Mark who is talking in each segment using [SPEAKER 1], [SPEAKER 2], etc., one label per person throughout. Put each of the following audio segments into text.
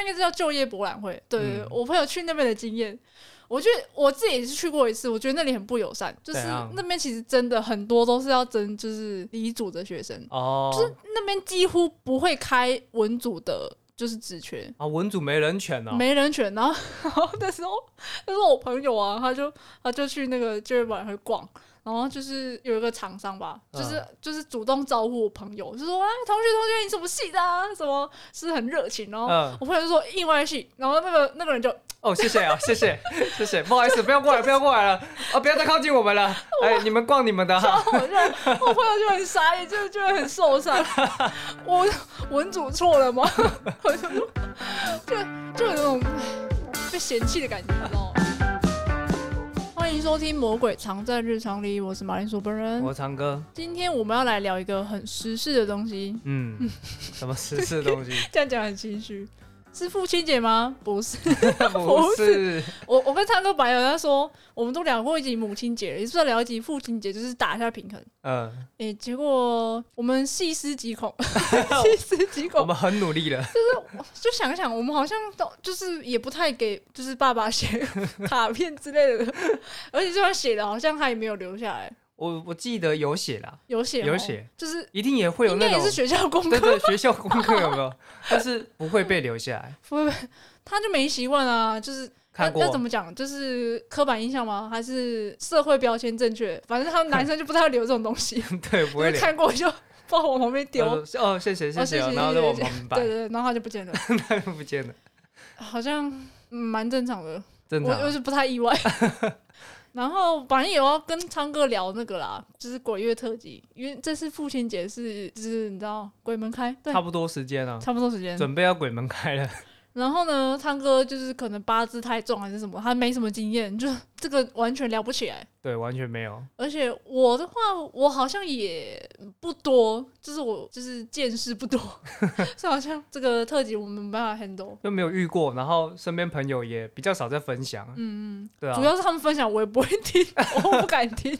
[SPEAKER 1] 应该是叫就业博览会。对
[SPEAKER 2] 嗯
[SPEAKER 1] 对对，我朋友去那边的经验，我觉得我自己也是去过一次，我觉得那里很不友善，就是
[SPEAKER 2] 怎样
[SPEAKER 1] 那边其实真的很多都是要争就是理组的学生，
[SPEAKER 2] 哦，
[SPEAKER 1] 就是那边几乎不会开文组的，就是职缺。
[SPEAKER 2] 啊，文组没人权哦，
[SPEAKER 1] 没人选，然后 然后那时候那时候我朋友啊，他就他就去那个就业博览会逛，然后就是有一个厂商吧，
[SPEAKER 2] 嗯
[SPEAKER 1] 就是、就是主动招呼我朋友，就说啊同学同学你什么系的啊，什么是很热情，然后
[SPEAKER 2] 嗯，
[SPEAKER 1] 我朋友就说意外系，然后那个那个人就
[SPEAKER 2] 哦，谢谢啊， 谢谢，谢谢，不好意思，不要过来，不要过来了，啊，不要再靠近我们 了，哎，你们逛你们的哈，
[SPEAKER 1] 我就我朋友就很傻眼，就就会很受伤。我文组错了吗？ 我就说就就有那种被嫌弃的感觉，你知道吗？欢迎收听《魔鬼藏在日常里》，我是马铃薯本人。
[SPEAKER 2] 我唱歌，
[SPEAKER 1] 今天我们要来聊一个很时事的东西，
[SPEAKER 2] 嗯，什么时事的东西？
[SPEAKER 1] 这样讲很心虚。是父亲节吗？ 不是，
[SPEAKER 2] 不是，
[SPEAKER 1] 我我跟唱歌白友他说，我们都聊过一集母亲节了，也是要聊一集父亲节，就是打一下平衡。
[SPEAKER 2] 嗯，
[SPEAKER 1] 诶、结果我们细思极 恐，细思极
[SPEAKER 2] 我
[SPEAKER 1] 恐，
[SPEAKER 2] 们很努力了，
[SPEAKER 1] 就想想，我们好像都就是也不太给，就是爸爸写卡片之类的，而且就算写了，好像他也没有留下来，
[SPEAKER 2] 我我记得有写啦，
[SPEAKER 1] 有写，哦
[SPEAKER 2] 有写，
[SPEAKER 1] 就是
[SPEAKER 2] 一定也会有
[SPEAKER 1] 应
[SPEAKER 2] 那
[SPEAKER 1] 该也
[SPEAKER 2] 种
[SPEAKER 1] 是，学校功
[SPEAKER 2] 对
[SPEAKER 1] 课，
[SPEAKER 2] 对，学校功课有没有？ 但是不会被留下 来，
[SPEAKER 1] 不不，他就没习惯啊，就是
[SPEAKER 2] 看
[SPEAKER 1] 要要怎
[SPEAKER 2] 过，
[SPEAKER 1] 么讲，就是刻板印象吗？还是社会标签正确？反正他们男生就不太会留这种东西，
[SPEAKER 2] 对， 不会
[SPEAKER 1] 就是
[SPEAKER 2] 留。
[SPEAKER 1] 看过就 放往旁边丢，
[SPEAKER 2] 他说哦，谢谢谢
[SPEAKER 1] 哦
[SPEAKER 2] 谢
[SPEAKER 1] 谢
[SPEAKER 2] 哦，
[SPEAKER 1] 谢
[SPEAKER 2] 然后
[SPEAKER 1] 谢
[SPEAKER 2] 就
[SPEAKER 1] 谢
[SPEAKER 2] 往
[SPEAKER 1] 谢谢
[SPEAKER 2] 旁边
[SPEAKER 1] 对对
[SPEAKER 2] 摆，
[SPEAKER 1] 对，然后他就不见了，
[SPEAKER 2] 他就 不见了，
[SPEAKER 1] 好像嗯蛮正常的。
[SPEAKER 2] 正
[SPEAKER 1] 我
[SPEAKER 2] 常啊
[SPEAKER 1] 我是不太意 外。然后反正也要跟昌哥聊那个啦，就是鬼月特辑，因为这次父亲节是，就是你知道鬼门开，对
[SPEAKER 2] 差，不多时间了，啊
[SPEAKER 1] 差不多时间。
[SPEAKER 2] 准备要鬼门开了，
[SPEAKER 1] 然后呢，昌哥就是可能八字太重还是什么，他没什么经验，就这个完全聊不起来。
[SPEAKER 2] 对，完全没有，
[SPEAKER 1] 而且我的话，我好像也不多，就是我就是见识 不多，所以好像这个特辑我们没办法 handle。
[SPEAKER 2] 就没有遇过，然后身边朋友也比较少在分享，嗯嗯， 对啊
[SPEAKER 1] 主。要是他们分享我也不会听， 我不敢听。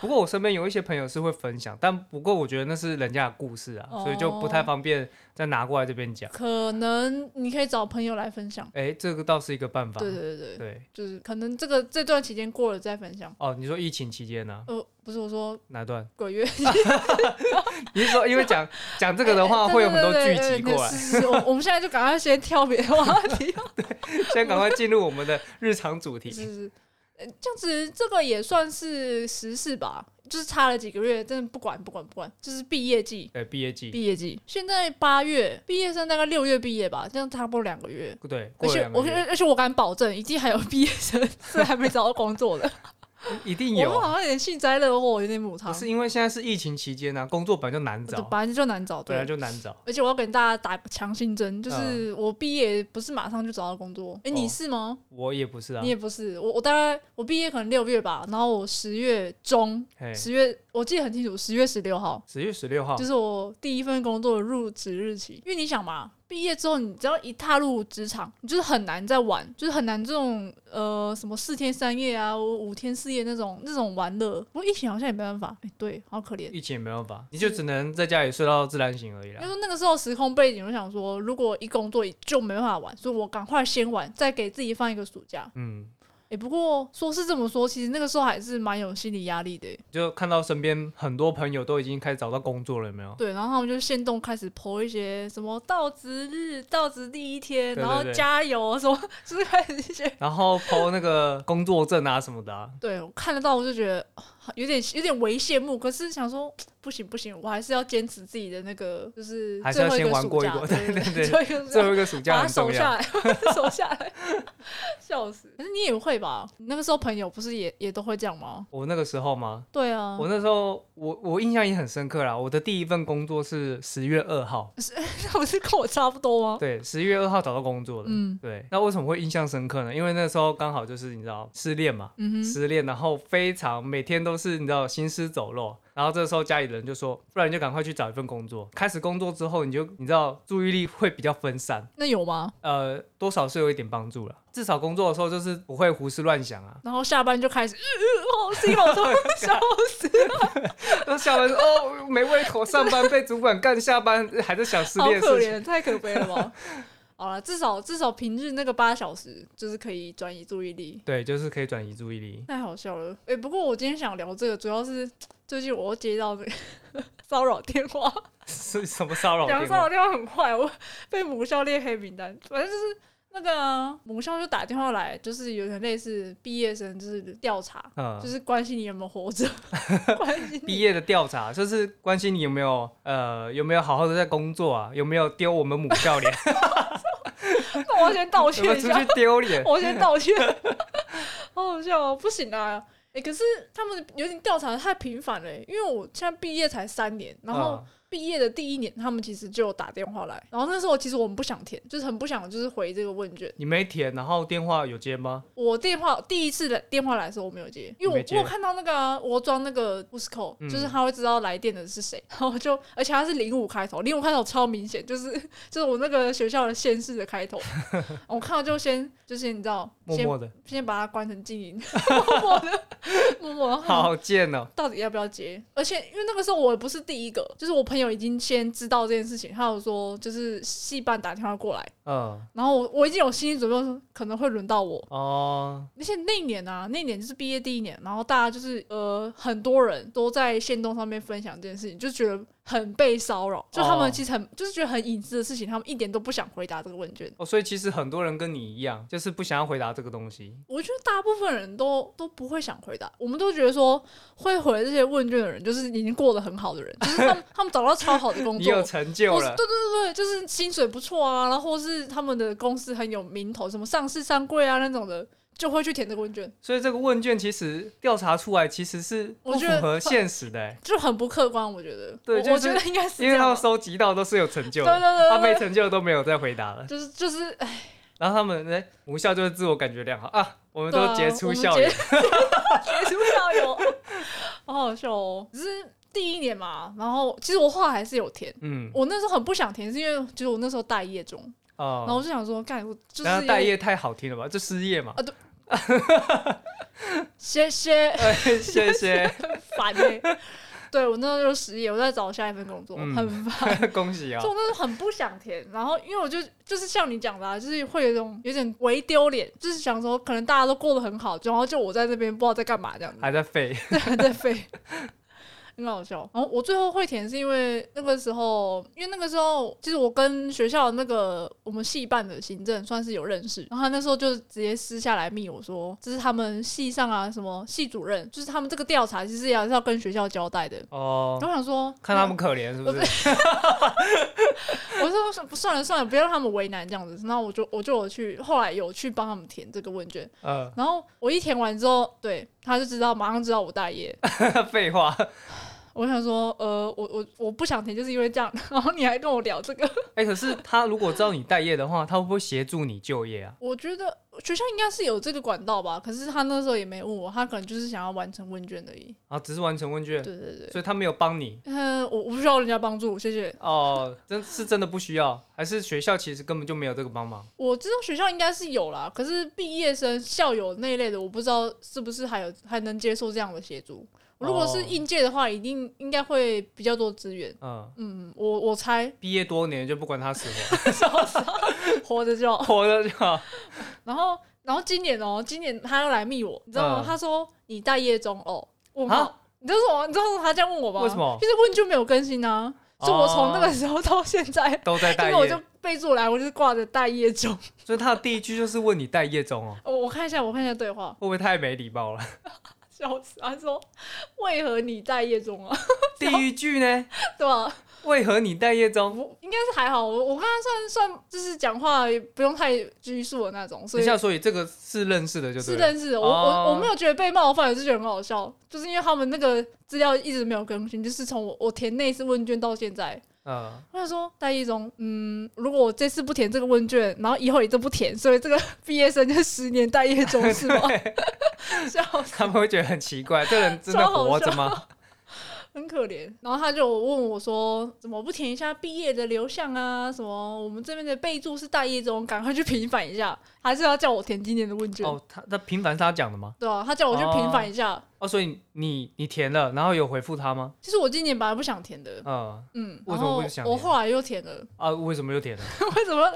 [SPEAKER 2] 不过我身边有一些朋友是会分享，但不过我觉得那是人家的故事啊，
[SPEAKER 1] 哦
[SPEAKER 2] 所以就不太方便再拿过来这边讲。
[SPEAKER 1] 可能你可以找朋友来分享。
[SPEAKER 2] 哎，这个倒是一个办法。
[SPEAKER 1] 对对对对，
[SPEAKER 2] 对
[SPEAKER 1] 就是可能这个这段期间过了再分享。
[SPEAKER 2] 哦，你说疫情期间呢、
[SPEAKER 1] 呃，不是我说
[SPEAKER 2] 哪段？
[SPEAKER 1] 鬼月
[SPEAKER 2] 你是说因为 讲讲啊这个的话，会有很多
[SPEAKER 1] 哎对
[SPEAKER 2] 聚
[SPEAKER 1] 对对
[SPEAKER 2] 集
[SPEAKER 1] 对
[SPEAKER 2] 过来
[SPEAKER 1] 是，是是，我我们现在就赶快先跳别的话 题。
[SPEAKER 2] 先赶快进入我们的日常主
[SPEAKER 1] 是
[SPEAKER 2] 题。
[SPEAKER 1] 是是，呃这样子这个也算是时事吧，就是差了几个月，真的不管不管不管，就是毕业季。
[SPEAKER 2] 对，毕业季，
[SPEAKER 1] 毕业季，现在八月，毕业生大概六月毕业吧，这样差不多两个月。
[SPEAKER 2] 对，
[SPEAKER 1] 而
[SPEAKER 2] 过了
[SPEAKER 1] 且
[SPEAKER 2] 两
[SPEAKER 1] 我
[SPEAKER 2] 个月
[SPEAKER 1] 而且我敢保证，一定还有毕业生是还没找到工作的。
[SPEAKER 2] 一定
[SPEAKER 1] 我们
[SPEAKER 2] 有。
[SPEAKER 1] 好像有点幸灾乐祸，有点母
[SPEAKER 2] 不
[SPEAKER 1] 汤，
[SPEAKER 2] 是因为现在是疫情期间啊，工作本来就难找，
[SPEAKER 1] 本来就难找，
[SPEAKER 2] 本来
[SPEAKER 1] 对。
[SPEAKER 2] 就难找。
[SPEAKER 1] 而且我要给大家打个强心针，就是我毕业不是马上就找到工作，哎、
[SPEAKER 2] 嗯哦
[SPEAKER 1] 你是吗？
[SPEAKER 2] 我也不是啊
[SPEAKER 1] 你，也不是，我我大概我毕业可能六月吧，然后我十月中，
[SPEAKER 2] 嘿，
[SPEAKER 1] 十月我记得很清楚，十月十六号、
[SPEAKER 2] 十月十六号
[SPEAKER 1] 就，是我第一份工作的入职日期。因为你想嘛，毕业之后你只要一踏入职场，你就是很难再玩，就是很难这种呃什么四天三夜啊、五天四夜那种那种玩乐。不过疫情好像也没办法，哎、对，好可怜。
[SPEAKER 2] 疫情也没办法，你就只能在家里睡到自然醒而已
[SPEAKER 1] 因为
[SPEAKER 2] 啦。
[SPEAKER 1] 说那个时候时空背景，我想说，如果一工作就没办法玩，所以我赶快先玩，再给自己放一个暑假。
[SPEAKER 2] 嗯，
[SPEAKER 1] 诶，不过说是这么说，其实那个时候还是蛮有心理压力的、
[SPEAKER 2] 就看到身边很多朋友都已经开始找到工作了，有没有？
[SPEAKER 1] 对，然后他们就限动开始 po 一些什么到职日、到职第一天，
[SPEAKER 2] 对对
[SPEAKER 1] 然后
[SPEAKER 2] 对
[SPEAKER 1] 加油什么，就是开始一些。
[SPEAKER 2] 然后抛那个工作证啊什么的、啊，
[SPEAKER 1] 对我看得到，我就觉得啊有点有点为羡慕，可是想说不行不行，我还是要坚持自己的那个，就是
[SPEAKER 2] 还是
[SPEAKER 1] 最
[SPEAKER 2] 要
[SPEAKER 1] 后一
[SPEAKER 2] 先
[SPEAKER 1] 个
[SPEAKER 2] 玩
[SPEAKER 1] 暑
[SPEAKER 2] 过一
[SPEAKER 1] 假
[SPEAKER 2] 过
[SPEAKER 1] 对
[SPEAKER 2] 对对
[SPEAKER 1] 对，最后一个暑假
[SPEAKER 2] 最后
[SPEAKER 1] 把它守
[SPEAKER 2] 一个暑假很重要。
[SPEAKER 1] 下来，守下 来，笑死！可是你也会吧？你那个时候朋友不是也也都会这样吗？
[SPEAKER 2] 我那个时候嘛，
[SPEAKER 1] 对啊，
[SPEAKER 2] 我那时候我我印象也很深刻啦。我的第一份工作是十月二号，
[SPEAKER 1] 那不是跟我差不多吗？
[SPEAKER 2] 对，十月二号找到工作的。
[SPEAKER 1] 嗯
[SPEAKER 2] 对，那为什么会印象深刻呢？因为那时候刚好就是你知道失恋嘛，
[SPEAKER 1] 嗯哼，
[SPEAKER 2] 失恋，然后非常每天都是你知道行尸走肉，然后这时候家里人就说，不然你就赶快去找一份工作。开始工作之后，你就你知道注意力会比较分散，
[SPEAKER 1] 那有吗？
[SPEAKER 2] 呃，多少是有一点帮助了。至少工作的时候就是不会胡思乱想啊，
[SPEAKER 1] 然后下班就开始，呃呃，好 心好痛，笑死！
[SPEAKER 2] 然后下班说哦没胃口，上班被主管干，下班还在想失
[SPEAKER 1] 好
[SPEAKER 2] 恋的
[SPEAKER 1] 可
[SPEAKER 2] 事情。
[SPEAKER 1] 怜，太可悲了吧？ 好了，至少至少平日那个八小时就是可以转移注意力，
[SPEAKER 2] 对，就是可以转移注意力。
[SPEAKER 1] 太好笑了。诶，不过我今天想聊这个，主要是最近我又接到这个 骚扰电话，
[SPEAKER 2] 是什么骚扰
[SPEAKER 1] 讲
[SPEAKER 2] 电
[SPEAKER 1] 骚扰
[SPEAKER 2] 话？
[SPEAKER 1] 电话很坏，我被母校列黑名单，反正就是。那个啊母校就打电话来，就是有点类似毕业生，就是调查，就
[SPEAKER 2] 嗯，
[SPEAKER 1] 是关心你有没有活 着，关心
[SPEAKER 2] 毕
[SPEAKER 1] 你。
[SPEAKER 2] 业的调查就是关心你有没有呃有没有好好的在工作啊，有没有丢我们母校 脸，
[SPEAKER 1] 那我先道
[SPEAKER 2] 有
[SPEAKER 1] 歉
[SPEAKER 2] 没有
[SPEAKER 1] 一
[SPEAKER 2] 出
[SPEAKER 1] 下
[SPEAKER 2] 去，丢脸？
[SPEAKER 1] 我先道歉。好好笑哦，不行啊！哎、可是他们有点调查得太频繁了欸、因为我现在毕业才三年，然后
[SPEAKER 2] 嗯
[SPEAKER 1] 毕业的第一年，他们其实就有打电话来，然后那时候其实我们不想填，就是很不想就是回这个问卷。
[SPEAKER 2] 你没填，然后电话有接吗？
[SPEAKER 1] 我电话第一次的电话来的时候我没有接，因为
[SPEAKER 2] 没
[SPEAKER 1] 我
[SPEAKER 2] 接
[SPEAKER 1] 我有看到那个啊、我装那个 b u s c o
[SPEAKER 2] 嗯
[SPEAKER 1] 就是他会知道来电的是谁，然后就而且他是零五开头，零五开头超明显，就是 就是我那个学校的县市的 开头，我看到就先就是你知道，
[SPEAKER 2] 默
[SPEAKER 1] 先
[SPEAKER 2] 默的，
[SPEAKER 1] 先把它关成静音， 默默的 默默地看
[SPEAKER 2] 好贱哦。
[SPEAKER 1] 到底要不要接？而且因为那个时候我也不是第一个，就是我朋友已经先知道这件事情，他有说就是戏班打电话过来，
[SPEAKER 2] 嗯，
[SPEAKER 1] 然后我我已经有心理准备说可能会轮到我。
[SPEAKER 2] 哦，
[SPEAKER 1] 而且那一年啊，那一年就是毕业第一年，然后大家就是呃，很多人都在线动上面分享这件事情，就觉得很被骚扰，就他
[SPEAKER 2] 哦
[SPEAKER 1] 们其实很、就是觉得很隐私的事情，他们一点都不想回答这个问卷。
[SPEAKER 2] 哦，所以其实很多人跟你一样，就是不想要回答这个东西。
[SPEAKER 1] 我觉得大部分人都都不会想回答，我们都觉得说会回这些问卷的人，就是已经过得很好的人，就是 他们他们找到超好的工
[SPEAKER 2] 你
[SPEAKER 1] 作
[SPEAKER 2] 有，成就
[SPEAKER 1] 或是
[SPEAKER 2] 了，
[SPEAKER 1] 对对对对，就是薪水不错啊，然后或是他们的公司很有名头，什么上市上柜啊那种的，就会去填这个问卷，
[SPEAKER 2] 所以这个问卷其实调查出来其实是不
[SPEAKER 1] 我觉
[SPEAKER 2] 符
[SPEAKER 1] 得
[SPEAKER 2] 合现实的、欸，
[SPEAKER 1] 就很不客观。我觉得，
[SPEAKER 2] 对
[SPEAKER 1] 我
[SPEAKER 2] 就是
[SPEAKER 1] 我觉得应该是这
[SPEAKER 2] 因为他
[SPEAKER 1] 样
[SPEAKER 2] 们
[SPEAKER 1] 吧。
[SPEAKER 2] 收集到都是有成就
[SPEAKER 1] 对
[SPEAKER 2] 的，
[SPEAKER 1] 对
[SPEAKER 2] 他
[SPEAKER 1] 对
[SPEAKER 2] 没
[SPEAKER 1] 对对，
[SPEAKER 2] 成就都没有再回答了。
[SPEAKER 1] 就是就是，哎
[SPEAKER 2] 然后他们呢，母校就是自我感觉良好啊，我们
[SPEAKER 1] 对
[SPEAKER 2] 都
[SPEAKER 1] 啊
[SPEAKER 2] 杰出校
[SPEAKER 1] 我
[SPEAKER 2] 友，，
[SPEAKER 1] 们杰杰出校友，好好笑哦。只是第一年嘛，然后其实我后来还是有填。
[SPEAKER 2] 嗯
[SPEAKER 1] 我那时候很不想填，是因为就是我那时候待业中，然后
[SPEAKER 2] 哦，
[SPEAKER 1] 我就想说，干我就是
[SPEAKER 2] 然
[SPEAKER 1] 有
[SPEAKER 2] 后待业太好听了吧，就失 业嘛
[SPEAKER 1] 啊，歇歇
[SPEAKER 2] 哎谢谢，
[SPEAKER 1] 很烦哎、 对我那时候就失业，我在找下一份工作，
[SPEAKER 2] 嗯
[SPEAKER 1] 很烦。
[SPEAKER 2] 恭喜啊
[SPEAKER 1] 所以，我那时候很不想填，然后因为我就就是像你讲的、啊，就是会有一种有点微丢脸，就是想说可能大家都过得很好，然后就我在这边不知道在干嘛这样子。
[SPEAKER 2] 还在废，
[SPEAKER 1] 还 在飞，很好笑。然后我最后会填是因为那个时候，因为那个时候其实我跟学校那个我们系办的行政算是有认识，然后他那时候就直接私下来密我说，这是他们系上啊什么系主任，就是他们这个调查其实也是要跟学校交代的。
[SPEAKER 2] 哦
[SPEAKER 1] 然后，我想说，
[SPEAKER 2] 看他们可怜是 不是？
[SPEAKER 1] 我说算算了算了，不要让他们为难这样子。然后我就我就有去，后来有去帮他们填这个问卷。
[SPEAKER 2] 呃，
[SPEAKER 1] 然后我一填完之后，对他就知道，马上知道我大爷。
[SPEAKER 2] 废话，
[SPEAKER 1] 我想说，呃，我我我不想填，就是因为这样。 然后你还跟我聊这个，
[SPEAKER 2] 哎，可是他如果知道你待业的话，他会不会协助你就业啊？
[SPEAKER 1] 我觉得学校应该是有这个管道吧。可是他那时候也没问我，他可能就是想要完成问卷而已。
[SPEAKER 2] 啊，只是完成问卷
[SPEAKER 1] 对，对对，
[SPEAKER 2] 所以他没有帮你，
[SPEAKER 1] 嗯、我我不需要人家帮助，谢谢。
[SPEAKER 2] 哦，真是真的不需要，还是学校其实根本就没有这个帮忙？
[SPEAKER 1] 我知道学校应该是有啦，可是毕业生、校友那一类的，我不知道是不是还有还能接受这样的协助。如果是
[SPEAKER 2] 哦
[SPEAKER 1] 应届的话，一定应该会比较多资源。
[SPEAKER 2] 嗯，
[SPEAKER 1] 嗯，我我 猜
[SPEAKER 2] 毕业多年就不管他死
[SPEAKER 1] 活着就好
[SPEAKER 2] 活， 活着就好。
[SPEAKER 1] 然后，然后今年哦、今年他又来密我，你知道吗？
[SPEAKER 2] 嗯
[SPEAKER 1] 他说你待业中哦，我
[SPEAKER 2] 啊
[SPEAKER 1] 靠，你知道什么？你知道为什么他这样问我吗？
[SPEAKER 2] 为什么
[SPEAKER 1] 就是问卷没有更新啊，
[SPEAKER 2] 哦
[SPEAKER 1] 就我从那个时候到现在，
[SPEAKER 2] 都在
[SPEAKER 1] 因
[SPEAKER 2] 待
[SPEAKER 1] 为我就
[SPEAKER 2] 业，
[SPEAKER 1] 备注来，我就是挂着待业中。
[SPEAKER 2] 所以他的第一句就是问你待业中哦，
[SPEAKER 1] 我我看一下，我看一下对话
[SPEAKER 2] 会，不会太没 礼貌了？
[SPEAKER 1] 笑死！他说为何你待业中啊？
[SPEAKER 2] 第一句呢，
[SPEAKER 1] 对吧、
[SPEAKER 2] 为何你待业中？
[SPEAKER 1] 我应该是还好，我我跟他算算就是讲话也不用太拘束的那种，所
[SPEAKER 2] 等
[SPEAKER 1] 以
[SPEAKER 2] 一下，所以这个是认识的，就是对了。
[SPEAKER 1] 认识的，我、
[SPEAKER 2] 哦
[SPEAKER 1] 我我没有觉得被冒犯，我是觉得很好笑，就是因为他们那个资料一直没有更新，就是从我我填那次问卷到现在，
[SPEAKER 2] 嗯，
[SPEAKER 1] 我想说戴一中，嗯，如果我这次不填这个问卷，然后以后也都不填，所以这个毕业生就十年待业中是吗？ 笑死，
[SPEAKER 2] 他们会觉得很奇怪，这人真的活着吗？
[SPEAKER 1] 很可怜。然后他就问我说，怎么不填一下毕业的流向啊？什么我们这边的备注是待业中，赶快去平反一下， 还是要叫我填今年的问卷？
[SPEAKER 2] 哦，他他平凡是他讲的吗？
[SPEAKER 1] 对啊，他叫我去平反一下。
[SPEAKER 2] 哦，所以你你填了，然后有回复他吗？
[SPEAKER 1] 其实我今年本来不想填的，
[SPEAKER 2] 嗯，
[SPEAKER 1] 嗯，
[SPEAKER 2] 为
[SPEAKER 1] 然
[SPEAKER 2] 什么
[SPEAKER 1] 后
[SPEAKER 2] 不想
[SPEAKER 1] 我
[SPEAKER 2] 填
[SPEAKER 1] 后来又填了，
[SPEAKER 2] 啊，为什么又填了？
[SPEAKER 1] 为什么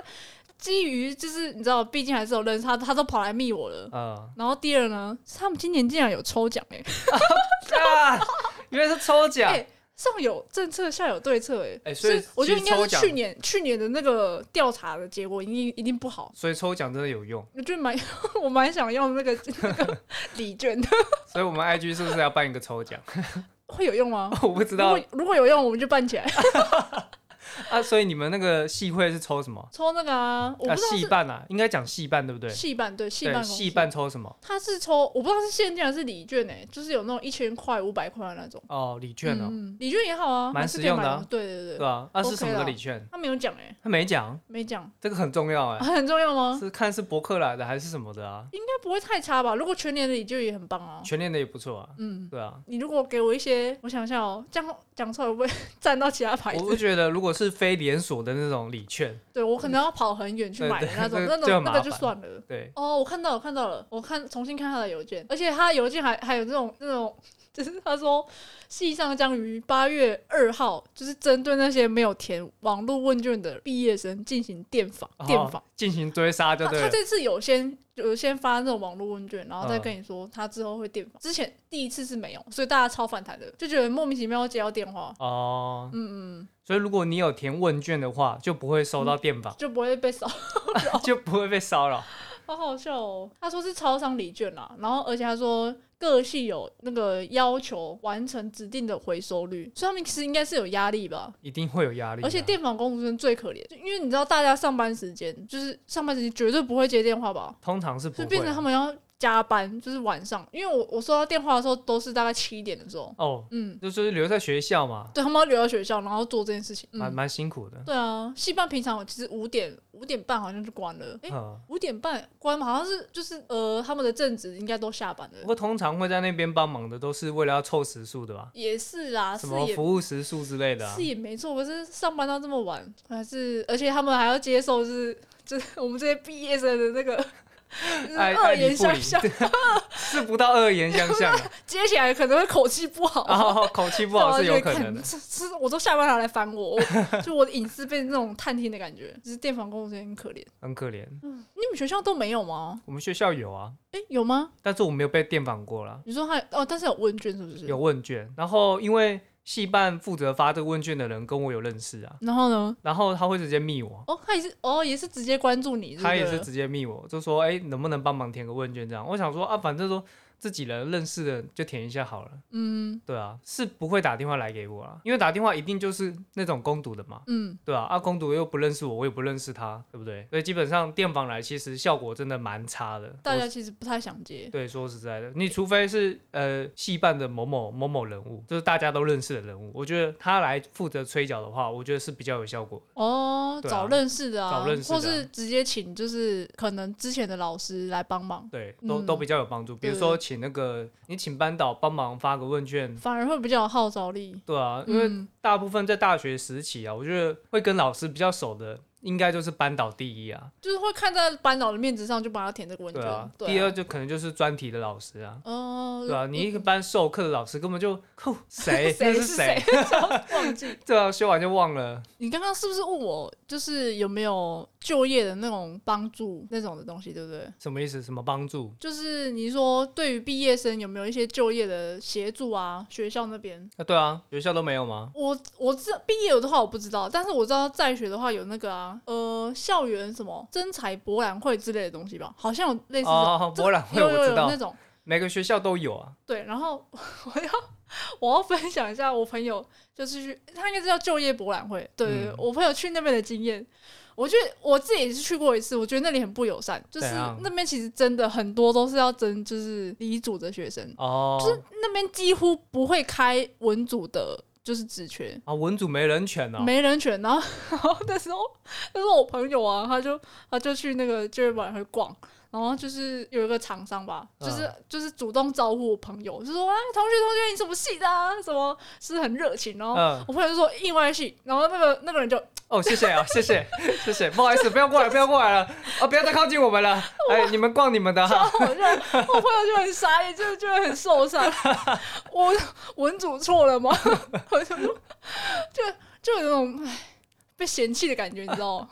[SPEAKER 1] 基于就是你知道，毕竟还是有认识他，他都跑来密我了。
[SPEAKER 2] 呃，
[SPEAKER 1] 然后第二呢，是他们今年竟然有抽奖哎、
[SPEAKER 2] 啊，原来是抽奖，
[SPEAKER 1] 哎上有政策，下有对策哎、
[SPEAKER 2] 哎所以
[SPEAKER 1] 我觉得
[SPEAKER 2] 其
[SPEAKER 1] 应
[SPEAKER 2] 实
[SPEAKER 1] 该
[SPEAKER 2] 抽
[SPEAKER 1] 是
[SPEAKER 2] 奖
[SPEAKER 1] 去年去年的那个调查的结果一定一定不好，
[SPEAKER 2] 所以抽奖真的有用。
[SPEAKER 1] 我就蛮 我蛮想要那个那个礼券的，
[SPEAKER 2] 所以我们 IG 是不是要办一个抽奖？
[SPEAKER 1] 会有用吗？
[SPEAKER 2] 我不知
[SPEAKER 1] 如
[SPEAKER 2] 道
[SPEAKER 1] 果如果有用，我们就办起 来，
[SPEAKER 2] 啊。所以你们那个系会是抽什么？
[SPEAKER 1] 抽那个啊，我不
[SPEAKER 2] 啊，
[SPEAKER 1] 知道
[SPEAKER 2] 系
[SPEAKER 1] 是
[SPEAKER 2] 办啊，应该讲系办对不对？
[SPEAKER 1] 戏办对戏办
[SPEAKER 2] 对，
[SPEAKER 1] 公司
[SPEAKER 2] 系办，抽什么？
[SPEAKER 1] 他是抽我不知道是现金还是礼券哎、就是有那种一千块、五百块的那种
[SPEAKER 2] 哦，礼券哦，
[SPEAKER 1] 嗯，礼券也好啊，
[SPEAKER 2] 蛮
[SPEAKER 1] 还是
[SPEAKER 2] 实
[SPEAKER 1] 可以
[SPEAKER 2] 用
[SPEAKER 1] 买
[SPEAKER 2] 的啊
[SPEAKER 1] 对对
[SPEAKER 2] 对
[SPEAKER 1] 对，
[SPEAKER 2] 吧？啊，是
[SPEAKER 1] OK
[SPEAKER 2] 什么个
[SPEAKER 1] 啦
[SPEAKER 2] 礼券？
[SPEAKER 1] 他没有讲哎、
[SPEAKER 2] 他没讲，
[SPEAKER 1] 没讲，啊
[SPEAKER 2] 这个很重要哎，
[SPEAKER 1] 很重要吗？
[SPEAKER 2] 啊是看是博客来的还是什么的啊？
[SPEAKER 1] 应该不会太差吧？如果全年的礼券也很棒啊，
[SPEAKER 2] 全年的也不错啊，
[SPEAKER 1] 嗯。
[SPEAKER 2] 对啊。
[SPEAKER 1] 你如果给我一些，我想一下哦，这样讲出来会不会 占到其他牌
[SPEAKER 2] 我我
[SPEAKER 1] 子？
[SPEAKER 2] 觉得如果是非连锁的那种礼券，
[SPEAKER 1] 对我可能要跑很远去
[SPEAKER 2] 嗯对
[SPEAKER 1] 买的
[SPEAKER 2] 对
[SPEAKER 1] 那种，那
[SPEAKER 2] 这 个
[SPEAKER 1] 种
[SPEAKER 2] 就很
[SPEAKER 1] 那
[SPEAKER 2] 麻
[SPEAKER 1] 个就
[SPEAKER 2] 烦
[SPEAKER 1] 算了。
[SPEAKER 2] 对，
[SPEAKER 1] 哦，我看到了，看到了，我看重新看他的邮件，而且他的邮件还还有这种这种，就是他说，系上将于八月二号，就是针对那些没有填网络问卷的毕业生进行电访，
[SPEAKER 2] 哦
[SPEAKER 1] 电访。
[SPEAKER 2] 进行追杀就
[SPEAKER 1] 他
[SPEAKER 2] 对
[SPEAKER 1] 他
[SPEAKER 2] 了。
[SPEAKER 1] 这次有先有先发那种网络问卷，然后再
[SPEAKER 2] 嗯
[SPEAKER 1] 跟你说他之后会电访。之前第一次是没有，所以大家超反弹的，就觉得莫名其妙接到电话，
[SPEAKER 2] 哦，
[SPEAKER 1] 嗯嗯，
[SPEAKER 2] 所以如果你有填问卷的话，就不会收到电访，
[SPEAKER 1] 就不会被扫，嗯
[SPEAKER 2] 就不会被骚扰。
[SPEAKER 1] 好好笑哦。他说是超商礼券啦，然后而且他说各系有那个要求完成指定的回收率，所以他们其实应该是有压力吧。
[SPEAKER 2] 一定会有压力的
[SPEAKER 1] 而
[SPEAKER 2] 啊、
[SPEAKER 1] 且电访工读生最可怜，就因为你知道大家上班时间就是上班时间绝对不会接电话吧，
[SPEAKER 2] 通常是不
[SPEAKER 1] 所以
[SPEAKER 2] 会啊
[SPEAKER 1] 变成他们要加班，就是晚上。因为我我收到电话的时候都是大概七点的时候，
[SPEAKER 2] 哦，
[SPEAKER 1] 嗯，
[SPEAKER 2] 就是留在学校嘛，
[SPEAKER 1] 对他们要留到学校，然后做这件事情。
[SPEAKER 2] 蛮
[SPEAKER 1] 嗯，
[SPEAKER 2] 蛮辛苦的。
[SPEAKER 1] 对啊，戏班平常其实五点五点半好像就关了，诶，
[SPEAKER 2] 嗯，
[SPEAKER 1] 五点半关嘛，好像是就是呃，他们的正职应该都下班
[SPEAKER 2] 不
[SPEAKER 1] 了，
[SPEAKER 2] 过通常会在那边帮忙的都是为了要凑时数的吧？
[SPEAKER 1] 也是啦，
[SPEAKER 2] 什
[SPEAKER 1] 啊是
[SPEAKER 2] 么
[SPEAKER 1] 也
[SPEAKER 2] 服务时数之类的、啊
[SPEAKER 1] 是。也没错，可是上班到这么晚，还是而且他们还要接受是 就是我们这些毕业生的那 个就是
[SPEAKER 2] 爱
[SPEAKER 1] 恶
[SPEAKER 2] 爱
[SPEAKER 1] 言
[SPEAKER 2] 理不
[SPEAKER 1] 相
[SPEAKER 2] 理，
[SPEAKER 1] 向，
[SPEAKER 2] 是不到恶言相 向啊，
[SPEAKER 1] 接起来可能会口气不好，啊
[SPEAKER 2] 然后口气啊不好是有可 能的
[SPEAKER 1] 看。这这我都下班了来烦我，我 就我的隐私被那种探听的感觉，就是电访工作人员很可怜。
[SPEAKER 2] 很可怜。
[SPEAKER 1] 你们学校都没有吗？
[SPEAKER 2] 我们学校有啊，
[SPEAKER 1] 诶，有吗？
[SPEAKER 2] 但是我没有被电访过啦，
[SPEAKER 1] 你说还哦，但是有问卷是不是？
[SPEAKER 2] 有。问卷。然后因为系办负责发这个问卷的人跟我有认识啊，
[SPEAKER 1] 然后呢？
[SPEAKER 2] 然后他会直接密我，
[SPEAKER 1] 哦，他也是哦，也是直接关注你，
[SPEAKER 2] 他也
[SPEAKER 1] 对
[SPEAKER 2] 是
[SPEAKER 1] 不对
[SPEAKER 2] 直接密我，就说哎、能不能帮忙填个问卷这样？我想说啊，反正说自己人认识的就填一下好了。
[SPEAKER 1] 嗯
[SPEAKER 2] 对啊，是不会打电话来给我啊，因为打电话一定就是那种攻读的嘛。
[SPEAKER 1] 嗯，
[SPEAKER 2] 对啊，啊，攻读又不认识我，我也不认识他，对不对？所以基本上电访来，其实效果真的蛮差的。
[SPEAKER 1] 大
[SPEAKER 2] 我
[SPEAKER 1] 家其实不太想接。
[SPEAKER 2] 对，说实在的，你除非是呃戏办的某某某某人物，就是大家都认识的人物，我觉得他来负责吹角的话，我觉得是比较有效果的。
[SPEAKER 1] 哦，
[SPEAKER 2] 对啊
[SPEAKER 1] 找认识的啊，
[SPEAKER 2] 找认识的啊
[SPEAKER 1] 或是直接请就是可能之前的老师来帮忙，
[SPEAKER 2] 对，都、
[SPEAKER 1] 嗯
[SPEAKER 2] 都比较有帮助。比如
[SPEAKER 1] 对
[SPEAKER 2] 说请那个你请班导帮忙发个问卷，
[SPEAKER 1] 反而会比较有号召力。
[SPEAKER 2] 对啊，嗯因为
[SPEAKER 1] 嗯
[SPEAKER 2] 大部分在大学时期啊，我觉得会跟老师比较熟的，应该就是班导第一啊，
[SPEAKER 1] 就是会看在班导的面子上，就帮他填这个问卷。
[SPEAKER 2] 对啊，
[SPEAKER 1] 对
[SPEAKER 2] 第二就可能就是专题的老师啊。
[SPEAKER 1] 哦，
[SPEAKER 2] 对啊，你一个班授课的老师根本就，呼 谁
[SPEAKER 1] 谁
[SPEAKER 2] 那是
[SPEAKER 1] 是谁
[SPEAKER 2] 谁？
[SPEAKER 1] 忘记。
[SPEAKER 2] 对啊，修完就忘了。
[SPEAKER 1] 你刚刚是不是问我，就是有没有就业的那种帮助那种的东西，对不对？
[SPEAKER 2] 什么意思？什么帮助？
[SPEAKER 1] 就是你说对于毕业生有没有一些就业的协助啊？学校那边，
[SPEAKER 2] 啊，对啊，学校都没有吗？
[SPEAKER 1] 我我知道毕业的话我不知道，但是我知道在学的话有那个啊，呃，校园什么征才博览会之类的东西吧，好像有类似这种、
[SPEAKER 2] 哦，博览会
[SPEAKER 1] 有
[SPEAKER 2] 我
[SPEAKER 1] 有有
[SPEAKER 2] 知道
[SPEAKER 1] 那，种
[SPEAKER 2] 每个学校都有啊。
[SPEAKER 1] 对，然后 我要我要分享一下我朋友就是去，他应该是叫就业博览会，对对对，
[SPEAKER 2] 嗯
[SPEAKER 1] 我朋友去那边的经验。我觉得我自己也是去过一次，我觉得那里很不友善，就是
[SPEAKER 2] 怎样
[SPEAKER 1] 那边其实真的很多都是要争就是理组的学生，
[SPEAKER 2] 哦，
[SPEAKER 1] 那边几乎不会开文组的，就是职缺，
[SPEAKER 2] 啊，文组没人权哦。
[SPEAKER 1] 没人选。然后，然后那时候，那时候我朋友啊，他就他就去那个就业博览会逛，然后就是有一个厂商吧，就是、就是主动招呼我朋友，就说哎，同学同学，你什么系的、啊？什么是很热情。然后
[SPEAKER 2] 嗯，
[SPEAKER 1] 我朋友就说意外系，然后那个那个人就
[SPEAKER 2] 哦，谢谢啊， 谢谢，谢谢，不好意思，不要过来，不要过来了，啊，不要再靠近我们 了，哎，你们逛你们的哈，
[SPEAKER 1] 我就我朋友就很傻眼，就就很受伤。我文组错了吗？ 我就就就有那种唉被嫌弃的感觉，你知道吗？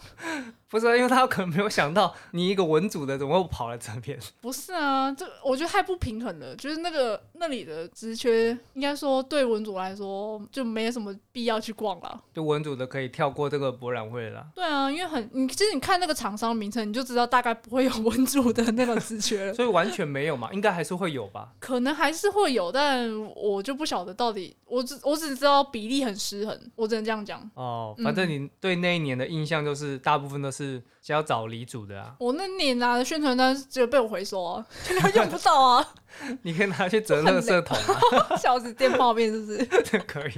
[SPEAKER 2] 不是啊，因为他可能没有想到你一个文组的怎么会跑来这 边。
[SPEAKER 1] 不是啊，这我觉得太不平衡了。就是那个那里的职缺，应该说对文组来说就没什么必要去逛了。
[SPEAKER 2] 就文组的可以跳过这个博览会了。
[SPEAKER 1] 对啊，因为很你其实你看那个厂商名称，你就知道大概不会有文组的那种职缺了。
[SPEAKER 2] 所以完全没有嘛，应该还是会有吧。
[SPEAKER 1] 可能还是会有，但我就不晓得到底，我只我只知道比例很失衡，我只能这样讲。
[SPEAKER 2] 哦，反正你对那一年的印象就是大部分都是想要找李主的啊，
[SPEAKER 1] 我那年拿的宣传单只有被我回收啊， 用不到啊，
[SPEAKER 2] 你可以拿去折垃圾桶 啊，
[SPEAKER 1] 小子电泡面是不是
[SPEAKER 2] 这可以。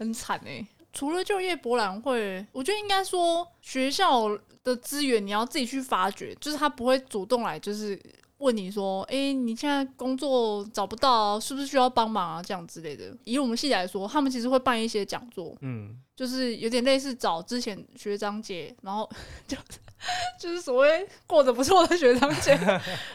[SPEAKER 1] 很惨哎、除了就业博览会，我觉得应该说学校的资源你要自己去发掘，就是他不会主动来就是问你说，哎、你现在工作找不到啊，是不是需要帮忙啊这样之类的。以我们系来说，他们其实会办一些讲座，
[SPEAKER 2] 嗯，
[SPEAKER 1] 就是有点类似找之前学长姐，然后 就就是所谓过得不错的学长姐，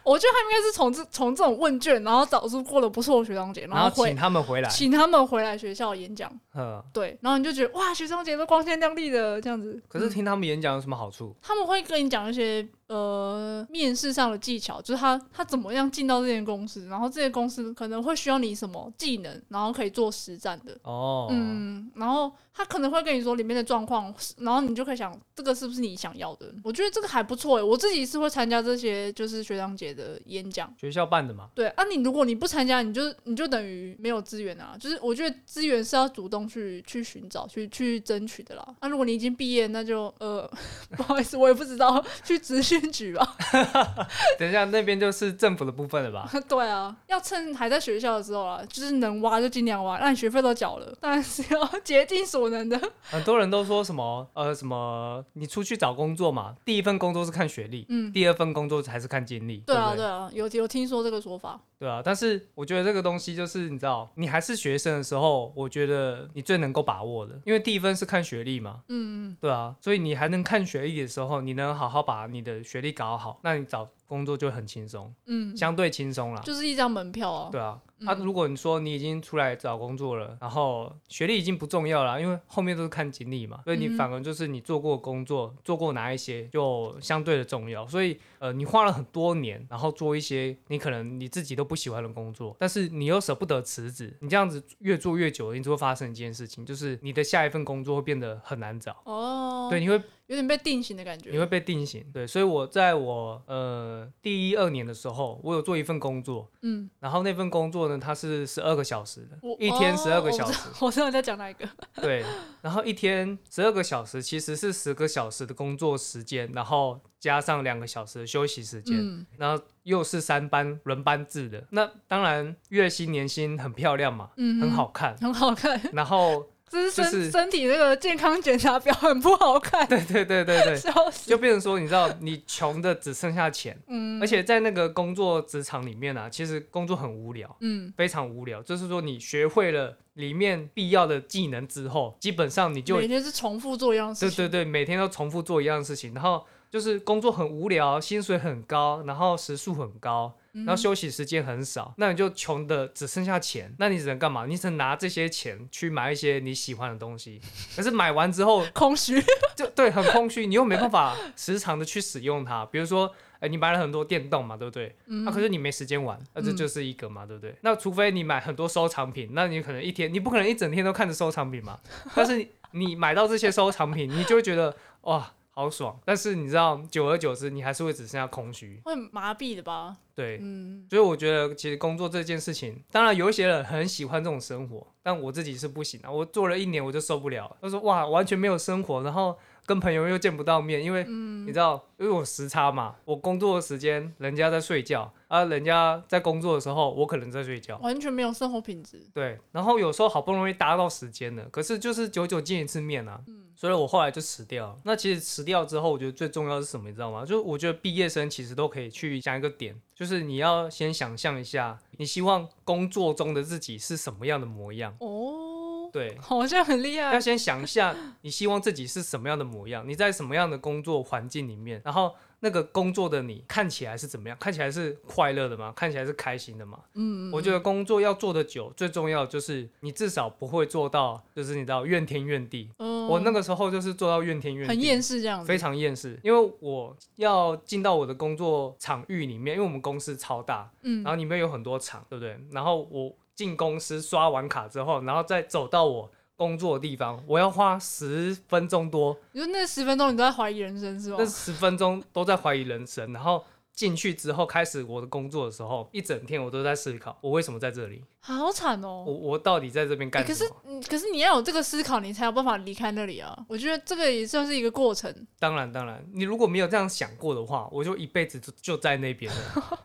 [SPEAKER 1] 我觉得他们应该是从这从这种问卷，然后找出过得不错的学长姐，
[SPEAKER 2] 然
[SPEAKER 1] 后
[SPEAKER 2] 后
[SPEAKER 1] 回
[SPEAKER 2] 请他们回来。
[SPEAKER 1] 请他们回来学校演讲，
[SPEAKER 2] 嗯，
[SPEAKER 1] 对，然后你就觉得哇，学长姐都光鲜亮丽的这样子。
[SPEAKER 2] 可是
[SPEAKER 1] 嗯
[SPEAKER 2] 听他们演讲有什么好处？
[SPEAKER 1] 他们会跟你讲一些呃面试上的技巧，就是他他怎么样进到这间公司，然后这些公司可能会需要你什么技能，然后可以做实战的。
[SPEAKER 2] 哦，
[SPEAKER 1] 嗯，然后他可能会跟你说里面的状况，然后你就可以想这个是不是你想要的。我觉得这个还不错诶、欸我自己是会参加这些就是学长姐的演讲。
[SPEAKER 2] 学校办的嘛。
[SPEAKER 1] 对啊，你如果你不参加，你就你就等于没有资源啊。就是我觉得资源是要主动去去寻找、去去争取的啦。那、啊如果你已经毕业，那就呃， 不好意思，我也不知道，去职训局吧。
[SPEAKER 2] 等一下那边就是政府的部分了吧？
[SPEAKER 1] 对啊，要趁还在学校的时候啊，就是能挖就尽量挖。那你学费都缴了，当然是要 竭尽所能的。
[SPEAKER 2] 很多人都说什么呃什么，你出去找工作嘛，第一份工作是看学历，
[SPEAKER 1] 嗯，
[SPEAKER 2] 第二份工作才是看经历，
[SPEAKER 1] 对
[SPEAKER 2] 不
[SPEAKER 1] 啊，
[SPEAKER 2] 对
[SPEAKER 1] 对啊，有有听说这个说法，
[SPEAKER 2] 对啊，但是我觉得这个东西就是你知道，你还是学生的时候，我觉得你最能够把握的，因为第一分是看学历嘛，
[SPEAKER 1] 嗯嗯。
[SPEAKER 2] 对啊，所以你还能看学历的时候，你能好好把你的学历搞好，那你找工作就会很轻松，
[SPEAKER 1] 嗯，
[SPEAKER 2] 相对轻松啦。
[SPEAKER 1] 就是一张门票啊。
[SPEAKER 2] 对啊，
[SPEAKER 1] 嗯
[SPEAKER 2] 那、如果你说你已经出来找工作了，然后学历已经不重要了，因为后面都是看经历嘛，所以你
[SPEAKER 1] 嗯哼
[SPEAKER 2] 反而就是你做过工作，做过哪一些就相对的重要。所以呃，你花了很多年，然后做一些你可能你自己都不喜欢的工作，但是你又舍不得辞职，你这样子越做越久，你就会发生一件事情，就是你的下一份工作会变得很难找。
[SPEAKER 1] 哦，
[SPEAKER 2] 对，，你会
[SPEAKER 1] 有点被定型的感觉。
[SPEAKER 2] 你会被定型。对，所以我在我呃第一二年的时候，我有做一份工作，
[SPEAKER 1] 嗯，
[SPEAKER 2] 然后那份工作呢，它是十二个小时的
[SPEAKER 1] 我，
[SPEAKER 2] 一天十二个小
[SPEAKER 1] 哦
[SPEAKER 2] 时，
[SPEAKER 1] 我知道你在讲哪一个。
[SPEAKER 2] 对。然后一天十二个小时其实是十个小时的工作时间，然后加上两个小时的休息时间，
[SPEAKER 1] 嗯。
[SPEAKER 2] 然后又是三班轮班制的。那当然月薪年薪很漂亮嘛，
[SPEAKER 1] 嗯
[SPEAKER 2] 很好看。
[SPEAKER 1] 很好看，
[SPEAKER 2] 然后
[SPEAKER 1] 这是身、
[SPEAKER 2] 就是
[SPEAKER 1] 身体那个健康检查表很不好看，
[SPEAKER 2] 对对对对 对，
[SPEAKER 1] 笑死。
[SPEAKER 2] 就变成说你知道你穷的只剩下钱，
[SPEAKER 1] 嗯，
[SPEAKER 2] 而且在那个工作职场里面啊，其实工作很无聊。
[SPEAKER 1] 嗯，
[SPEAKER 2] 非常无聊，就是说你学会了里面必要的技能之后，基本上你就
[SPEAKER 1] 每天是重复做一样的
[SPEAKER 2] 对
[SPEAKER 1] 事情。
[SPEAKER 2] 对对，每天都重复做一样的事情，然后就是工作很无聊，薪水很高，然后时速很高，
[SPEAKER 1] 嗯
[SPEAKER 2] 然后休息时间很少，那你就穷的只剩下钱，那你只能干嘛？你只能拿这些钱去买一些你喜欢的东西， 可是买完之后
[SPEAKER 1] 空虚，
[SPEAKER 2] 就对，很空虚，你又没办法时常的去使用它。比如说，哎、你买了很多电动嘛，对不对？那、可是你没时间玩，啊那、这
[SPEAKER 1] 嗯
[SPEAKER 2] 就是一个嘛，对不对？那除非你买很多收藏品，那你可能一天，你不可能一整天都看着收藏品嘛。但是你你买到这些收藏品，你就会觉得哇，好爽。但是你知道，久而久之，你还是会只剩下空虚。
[SPEAKER 1] 会麻痹的吧？
[SPEAKER 2] 对，
[SPEAKER 1] 嗯，
[SPEAKER 2] 所以我觉得其实工作这件事情，当然有一些人很喜欢这种生活，但我自己是不行啊。我做了一年我就受不了了，他说哇，完全没有生活，然后跟朋友又见不到面，因为
[SPEAKER 1] 嗯
[SPEAKER 2] 你知道，因为我时差嘛，我工作的时间人家在睡觉，啊，人家在工作的时候我可能在睡觉。
[SPEAKER 1] 完全没有生活品质。
[SPEAKER 2] 对，然后有时候好不容易搭到时间了，可是就是久久见一次面啊，所以我后来就辞掉了。那其实辞掉之后，我觉得最重要的是什么，你知道吗？就是我觉得毕业生其实都可以去想一个点，就是你要先想象一下，你希望工作中的自己是什么样的模样。
[SPEAKER 1] 哦，
[SPEAKER 2] 对，
[SPEAKER 1] 好像很厉
[SPEAKER 2] 要
[SPEAKER 1] 害。
[SPEAKER 2] 先想一下，你希望自己是什么样的模样，你在什么样的工作环境里面，然后那个工作的你看起来是怎么样？看起来是快乐的吗？看起来是开心的吗？
[SPEAKER 1] 嗯，
[SPEAKER 2] 我觉得工作要做的久，最重要的就是你至少不会做到，就是你知道怨天怨地。
[SPEAKER 1] 嗯
[SPEAKER 2] 我那个时候就是做到怨天怨
[SPEAKER 1] 很
[SPEAKER 2] 地，
[SPEAKER 1] 厌世这样子，
[SPEAKER 2] 非常厌世，因为我要进到我的工作场域里面，因为我们公司超大，
[SPEAKER 1] 嗯
[SPEAKER 2] 然后里面有很多场，对不对？然后我进公司刷完卡之后，然后再走到我工作的地方，我要花十分钟多，
[SPEAKER 1] 你说那十分钟你都在怀疑人生是吧
[SPEAKER 2] 那？十分钟都在怀疑人生，然后。进去之后，开始我的工作的时候，一整天我都在思考，我为什么在这里？
[SPEAKER 1] 好惨哦、
[SPEAKER 2] 我我到底在这边
[SPEAKER 1] 欸
[SPEAKER 2] 干
[SPEAKER 1] 可
[SPEAKER 2] 什
[SPEAKER 1] 是
[SPEAKER 2] 么？
[SPEAKER 1] 你，可是你要有这个思考，你才有办法离开那里啊！我觉得这个也算是一个过程。
[SPEAKER 2] 当然，当然，你如果没有这样想过的话，我就一辈子就就在那边了。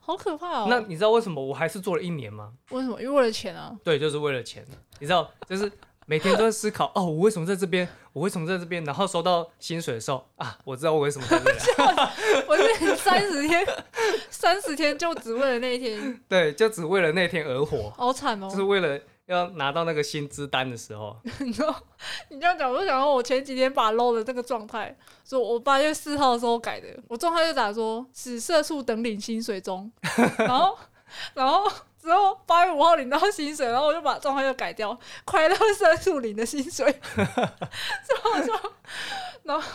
[SPEAKER 1] 好可 怕哦、
[SPEAKER 2] 那你知道为什么我还是做了一年吗？
[SPEAKER 1] 为什么？因为为了钱啊！
[SPEAKER 2] 对，就是为了钱。你知道，就是每天都在思考，哦，我为什么在这边？我为什么在这边？然后收到薪水的时候啊，我知道我为什么 在这里了。
[SPEAKER 1] 我这三十天， 三十天就只为了那一天，
[SPEAKER 2] 对，就只为了那天 而活，
[SPEAKER 1] 好惨哦、
[SPEAKER 2] 就是为了要拿到那个薪资单的时候，
[SPEAKER 1] 你知道，你这样讲，我就想到我前几天把 low 的那个状态，是我八月四号的时候改的。我状态就打说“此社畜等领薪水中”， 然后，然后之后八月五号领到薪水，然后我就把状态又改掉“快乐社畜领的薪水”， 之后就，然后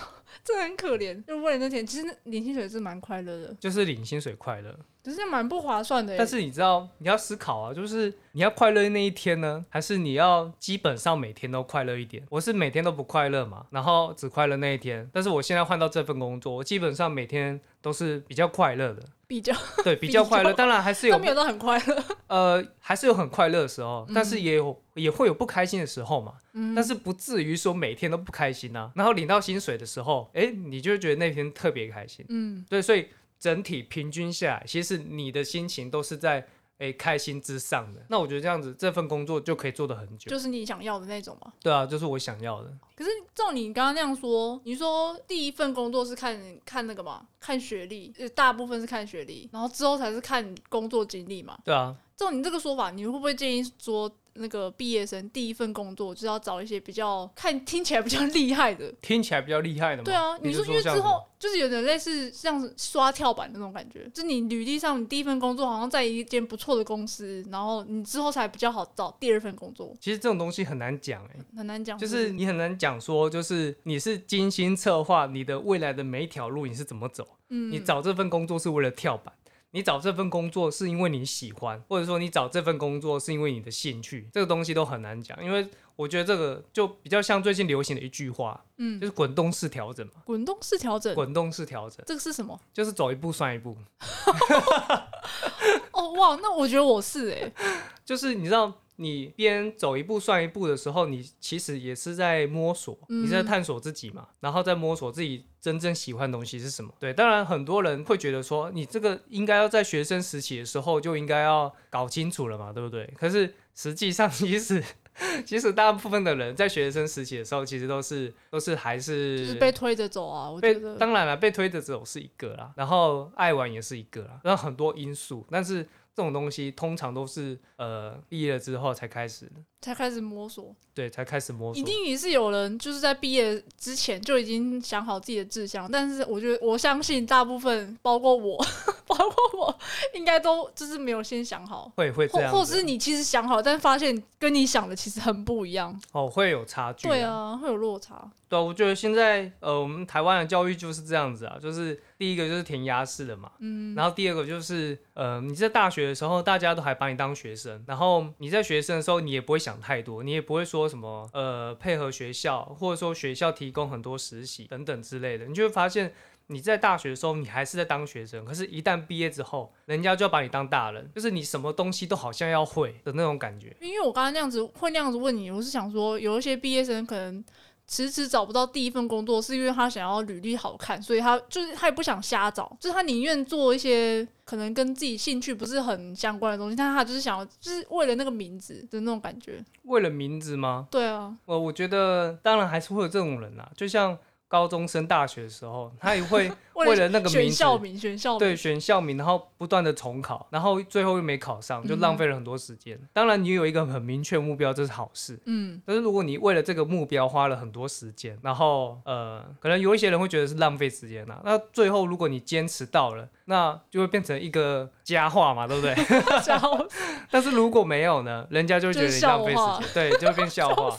[SPEAKER 1] 这很可怜，就为了那钱，其实领薪水是蛮快乐的，
[SPEAKER 2] 就是领薪水快乐。
[SPEAKER 1] 只是蛮不划算的耶。
[SPEAKER 2] 但是你知道，你要思考啊，就是你要快乐那一天呢，还是你要基本上每天都快乐一点？我是每天都不快乐嘛，然后只快乐那一天。但是我现在换到这份工作，我基本上每天都是比较快乐的，
[SPEAKER 1] 比较
[SPEAKER 2] 对，比较快乐。当然还是有
[SPEAKER 1] 都没有到很快乐，
[SPEAKER 2] 呃，还是有很快乐的时候，但是
[SPEAKER 1] 嗯
[SPEAKER 2] 也有、也会有不开心的时候嘛。
[SPEAKER 1] 嗯
[SPEAKER 2] 但是不至于说每天都不开心啊。然后领到薪水的时候，哎、你就会觉得那天特别开心。
[SPEAKER 1] 嗯
[SPEAKER 2] 对，所以整体平均下来，其实你的心情都是在诶、开心之上的。那我觉得这样子，这份工作就可以做得很久。
[SPEAKER 1] 就是你想要的那种嘛。
[SPEAKER 2] 对啊，就是我想要的。
[SPEAKER 1] 可是照你刚刚那样说，你说第一份工作是看看那个嘛，看学历，呃，大部分是看学历，然后之后才是看工作经历嘛。
[SPEAKER 2] 对啊，
[SPEAKER 1] 照你这个说法，你会不会建议说，那个毕业生第一份工作就是要找一些比较看听起来比较厉害的？
[SPEAKER 2] 听起来比较厉害的嘛。
[SPEAKER 1] 对啊，
[SPEAKER 2] 你
[SPEAKER 1] 你
[SPEAKER 2] 是
[SPEAKER 1] 说因为
[SPEAKER 2] 像
[SPEAKER 1] 之
[SPEAKER 2] 什么
[SPEAKER 1] 后就是有点类似像是刷跳板的那种感觉，就是你履历上你第一份工作好像在一间不错的公司，然后你之后才比较好找第二份工作，
[SPEAKER 2] 其实这种东西很难讲诶、
[SPEAKER 1] 很难讲。
[SPEAKER 2] 就是你很难讲说，就是你是精心策划你的未来的每一条路你是怎么走，
[SPEAKER 1] 嗯，
[SPEAKER 2] 你找这份工作是为了跳板，你找这份工作是因为你喜欢，或者说你找这份工作是因为你的兴趣，这个东西都很难讲，因为我觉得这个就比较像最近流行的一句话，
[SPEAKER 1] 嗯
[SPEAKER 2] 就是滚动式调整嘛，
[SPEAKER 1] 滚动式调整，
[SPEAKER 2] 滚动式调整
[SPEAKER 1] 这个是什么？
[SPEAKER 2] 就是走一步算一步，
[SPEAKER 1] 哦哇，那我觉得我是哎、
[SPEAKER 2] 就是你知道。你边走一步算一步的时候，你其实也是在摸索，
[SPEAKER 1] 嗯
[SPEAKER 2] 你是在探索自己嘛，然后再摸索自己真正喜欢的东西是什么。对，当然很多人会觉得说，你这个应该要在学生时期的时候就应该要搞清楚了嘛，对不对？可是实际上， 其实其实大部分的人在学生时期的时候，其实都是都是还
[SPEAKER 1] 就是
[SPEAKER 2] 是
[SPEAKER 1] 被推着走啊。我觉
[SPEAKER 2] 被
[SPEAKER 1] 得，
[SPEAKER 2] 当然了，被推着走是一个啦，然后爱玩也是一个啦，然后很多因素，但是这种东西通常都是呃毕业了之后才开始的，
[SPEAKER 1] 才开始摸索，
[SPEAKER 2] 对，才开始摸
[SPEAKER 1] 一
[SPEAKER 2] 索。
[SPEAKER 1] 定也是有人就是在毕业之前就已经想好自己的志向，但是我觉得我相信大部分，包括我， 包括我，应该都就是没有先想好，
[SPEAKER 2] 会会这
[SPEAKER 1] 或
[SPEAKER 2] 样子，啊
[SPEAKER 1] 或者是你其实想好，但发现跟你想的其实很不一样。
[SPEAKER 2] 哦，会有差距、
[SPEAKER 1] 对，啊，会有落差。
[SPEAKER 2] 对啊，我觉得现在呃，我们台湾的教育就是这样子啊，就是第一个就是填鸭式的嘛，嗯，然后第二个就是呃，你在大学的时候，大家都还把你当学生，然后你在学生的时候，你也不会想太多，你也不会说什么呃配合学校，或者说学校提供很多实习等等之类的，你就会发现。你在大学的时候，你还是在当学生，可是，一旦毕业之后，人家就要把你当大人，就是你什么东西都好像要会的那种感觉。
[SPEAKER 1] 因为我刚刚那样子会那样子问你，我是想说，有一些毕业生可能迟迟找不到第一份工作，是因为他想要履历好看，所以他就是他也不想瞎找，就是他宁愿做一些可能跟自己兴趣不是很相关的东西，但他就是想要就是为了那个名字的那种感觉。
[SPEAKER 2] 为了名字吗？
[SPEAKER 1] 对啊，
[SPEAKER 2] 呃，我觉得当然还是会有这种人啦、就像高中升大学的时候，他也 会
[SPEAKER 1] 为
[SPEAKER 2] 为了那个
[SPEAKER 1] 选
[SPEAKER 2] 名字
[SPEAKER 1] 校名，选校名，
[SPEAKER 2] 对，选校名，然后不断的重考，然后最后又没考上，
[SPEAKER 1] 嗯
[SPEAKER 2] 就浪费了很多时间。当然，你有一个很明确的目标，这是好事。
[SPEAKER 1] 嗯，
[SPEAKER 2] 但是如果你为了这个目标花了很多时间，然后呃，可能有一些人会觉得是浪费时间啦、那最后如果你坚持到了，那就会变成一个佳话嘛，对不对？
[SPEAKER 1] 笑死，
[SPEAKER 2] 但是如果没有呢，人家就会觉得
[SPEAKER 1] 就是
[SPEAKER 2] 你
[SPEAKER 1] 笑
[SPEAKER 2] 浪费
[SPEAKER 1] 话
[SPEAKER 2] 时间，对，就会 变笑话。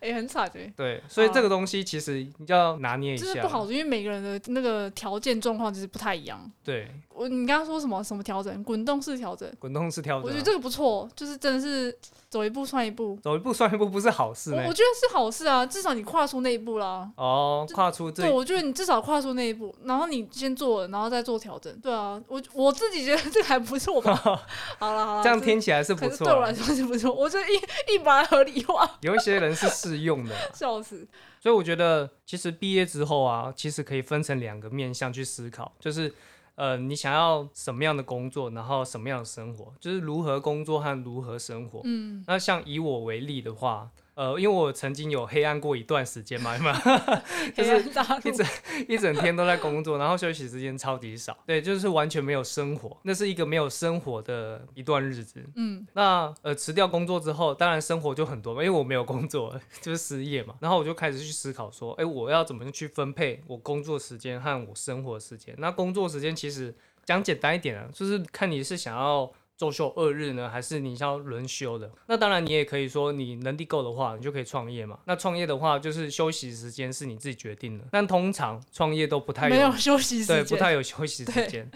[SPEAKER 1] 哎，很惨 哎。
[SPEAKER 2] 对，所以
[SPEAKER 1] 啊
[SPEAKER 2] 这个东西其实你就要拿捏一
[SPEAKER 1] 这是
[SPEAKER 2] 下
[SPEAKER 1] 不。好的，因为每个人的那个条件状况就是不太一样。
[SPEAKER 2] 对，
[SPEAKER 1] 我你刚刚说什么什么调整，滚动式调整，
[SPEAKER 2] 滚动式调
[SPEAKER 1] 我
[SPEAKER 2] 整
[SPEAKER 1] 觉
[SPEAKER 2] 啊
[SPEAKER 1] 得，这个不错，就是真的是走一步算一步。
[SPEAKER 2] 走一步算一步不是好事
[SPEAKER 1] 我
[SPEAKER 2] 呢
[SPEAKER 1] 我。觉得是好事啊，至少你跨出那一步啦。
[SPEAKER 2] 哦，跨出这
[SPEAKER 1] 对，我觉得你至少跨出那一步，然后你先做了，然后再做调整。对啊，我我自己觉得这个还不 错吧。好了好了，
[SPEAKER 2] 这样听起来是
[SPEAKER 1] 啊可
[SPEAKER 2] 不
[SPEAKER 1] 是对我
[SPEAKER 2] 错
[SPEAKER 1] 来
[SPEAKER 2] 啊，
[SPEAKER 1] 说是不错，我就一一把它合理化，
[SPEAKER 2] 有一些人是适用的啊，
[SPEAKER 1] 笑死。
[SPEAKER 2] 所以我觉得其实毕业之后啊，其实可以分成两个面向去思考，就是呃，你想要什么样的工作，然后什么样的生活，就是如何工作和如何生活。
[SPEAKER 1] 嗯，
[SPEAKER 2] 那像以我为例的话，呃，因为我曾经有黑暗过一段时间嘛， 嘛，
[SPEAKER 1] 黑暗大陆
[SPEAKER 2] 就是一直 一整天都在工作，然后休息时间超级少，对，就是完全没有生活，那是一个没有生活的一段日子。
[SPEAKER 1] 嗯，
[SPEAKER 2] 那呃辞掉工作之后，当然生活就很多嘛，因为我没有工作， 就是失业嘛。然后我就开始去思考说，哎、我要怎么去分配我工作时间和我生活时间？那工作时间其实讲简单一点啊，就是看你是想要。周休二日呢，还是你要轮休的？那当然，你也可以说你能力够的话，你就可以创业嘛。那创业的话，就是休息时间是你自己决定的，但通常创业都不太
[SPEAKER 1] 没有休息时
[SPEAKER 2] 对，
[SPEAKER 1] 间，
[SPEAKER 2] 不太有休息
[SPEAKER 1] 对
[SPEAKER 2] 时间。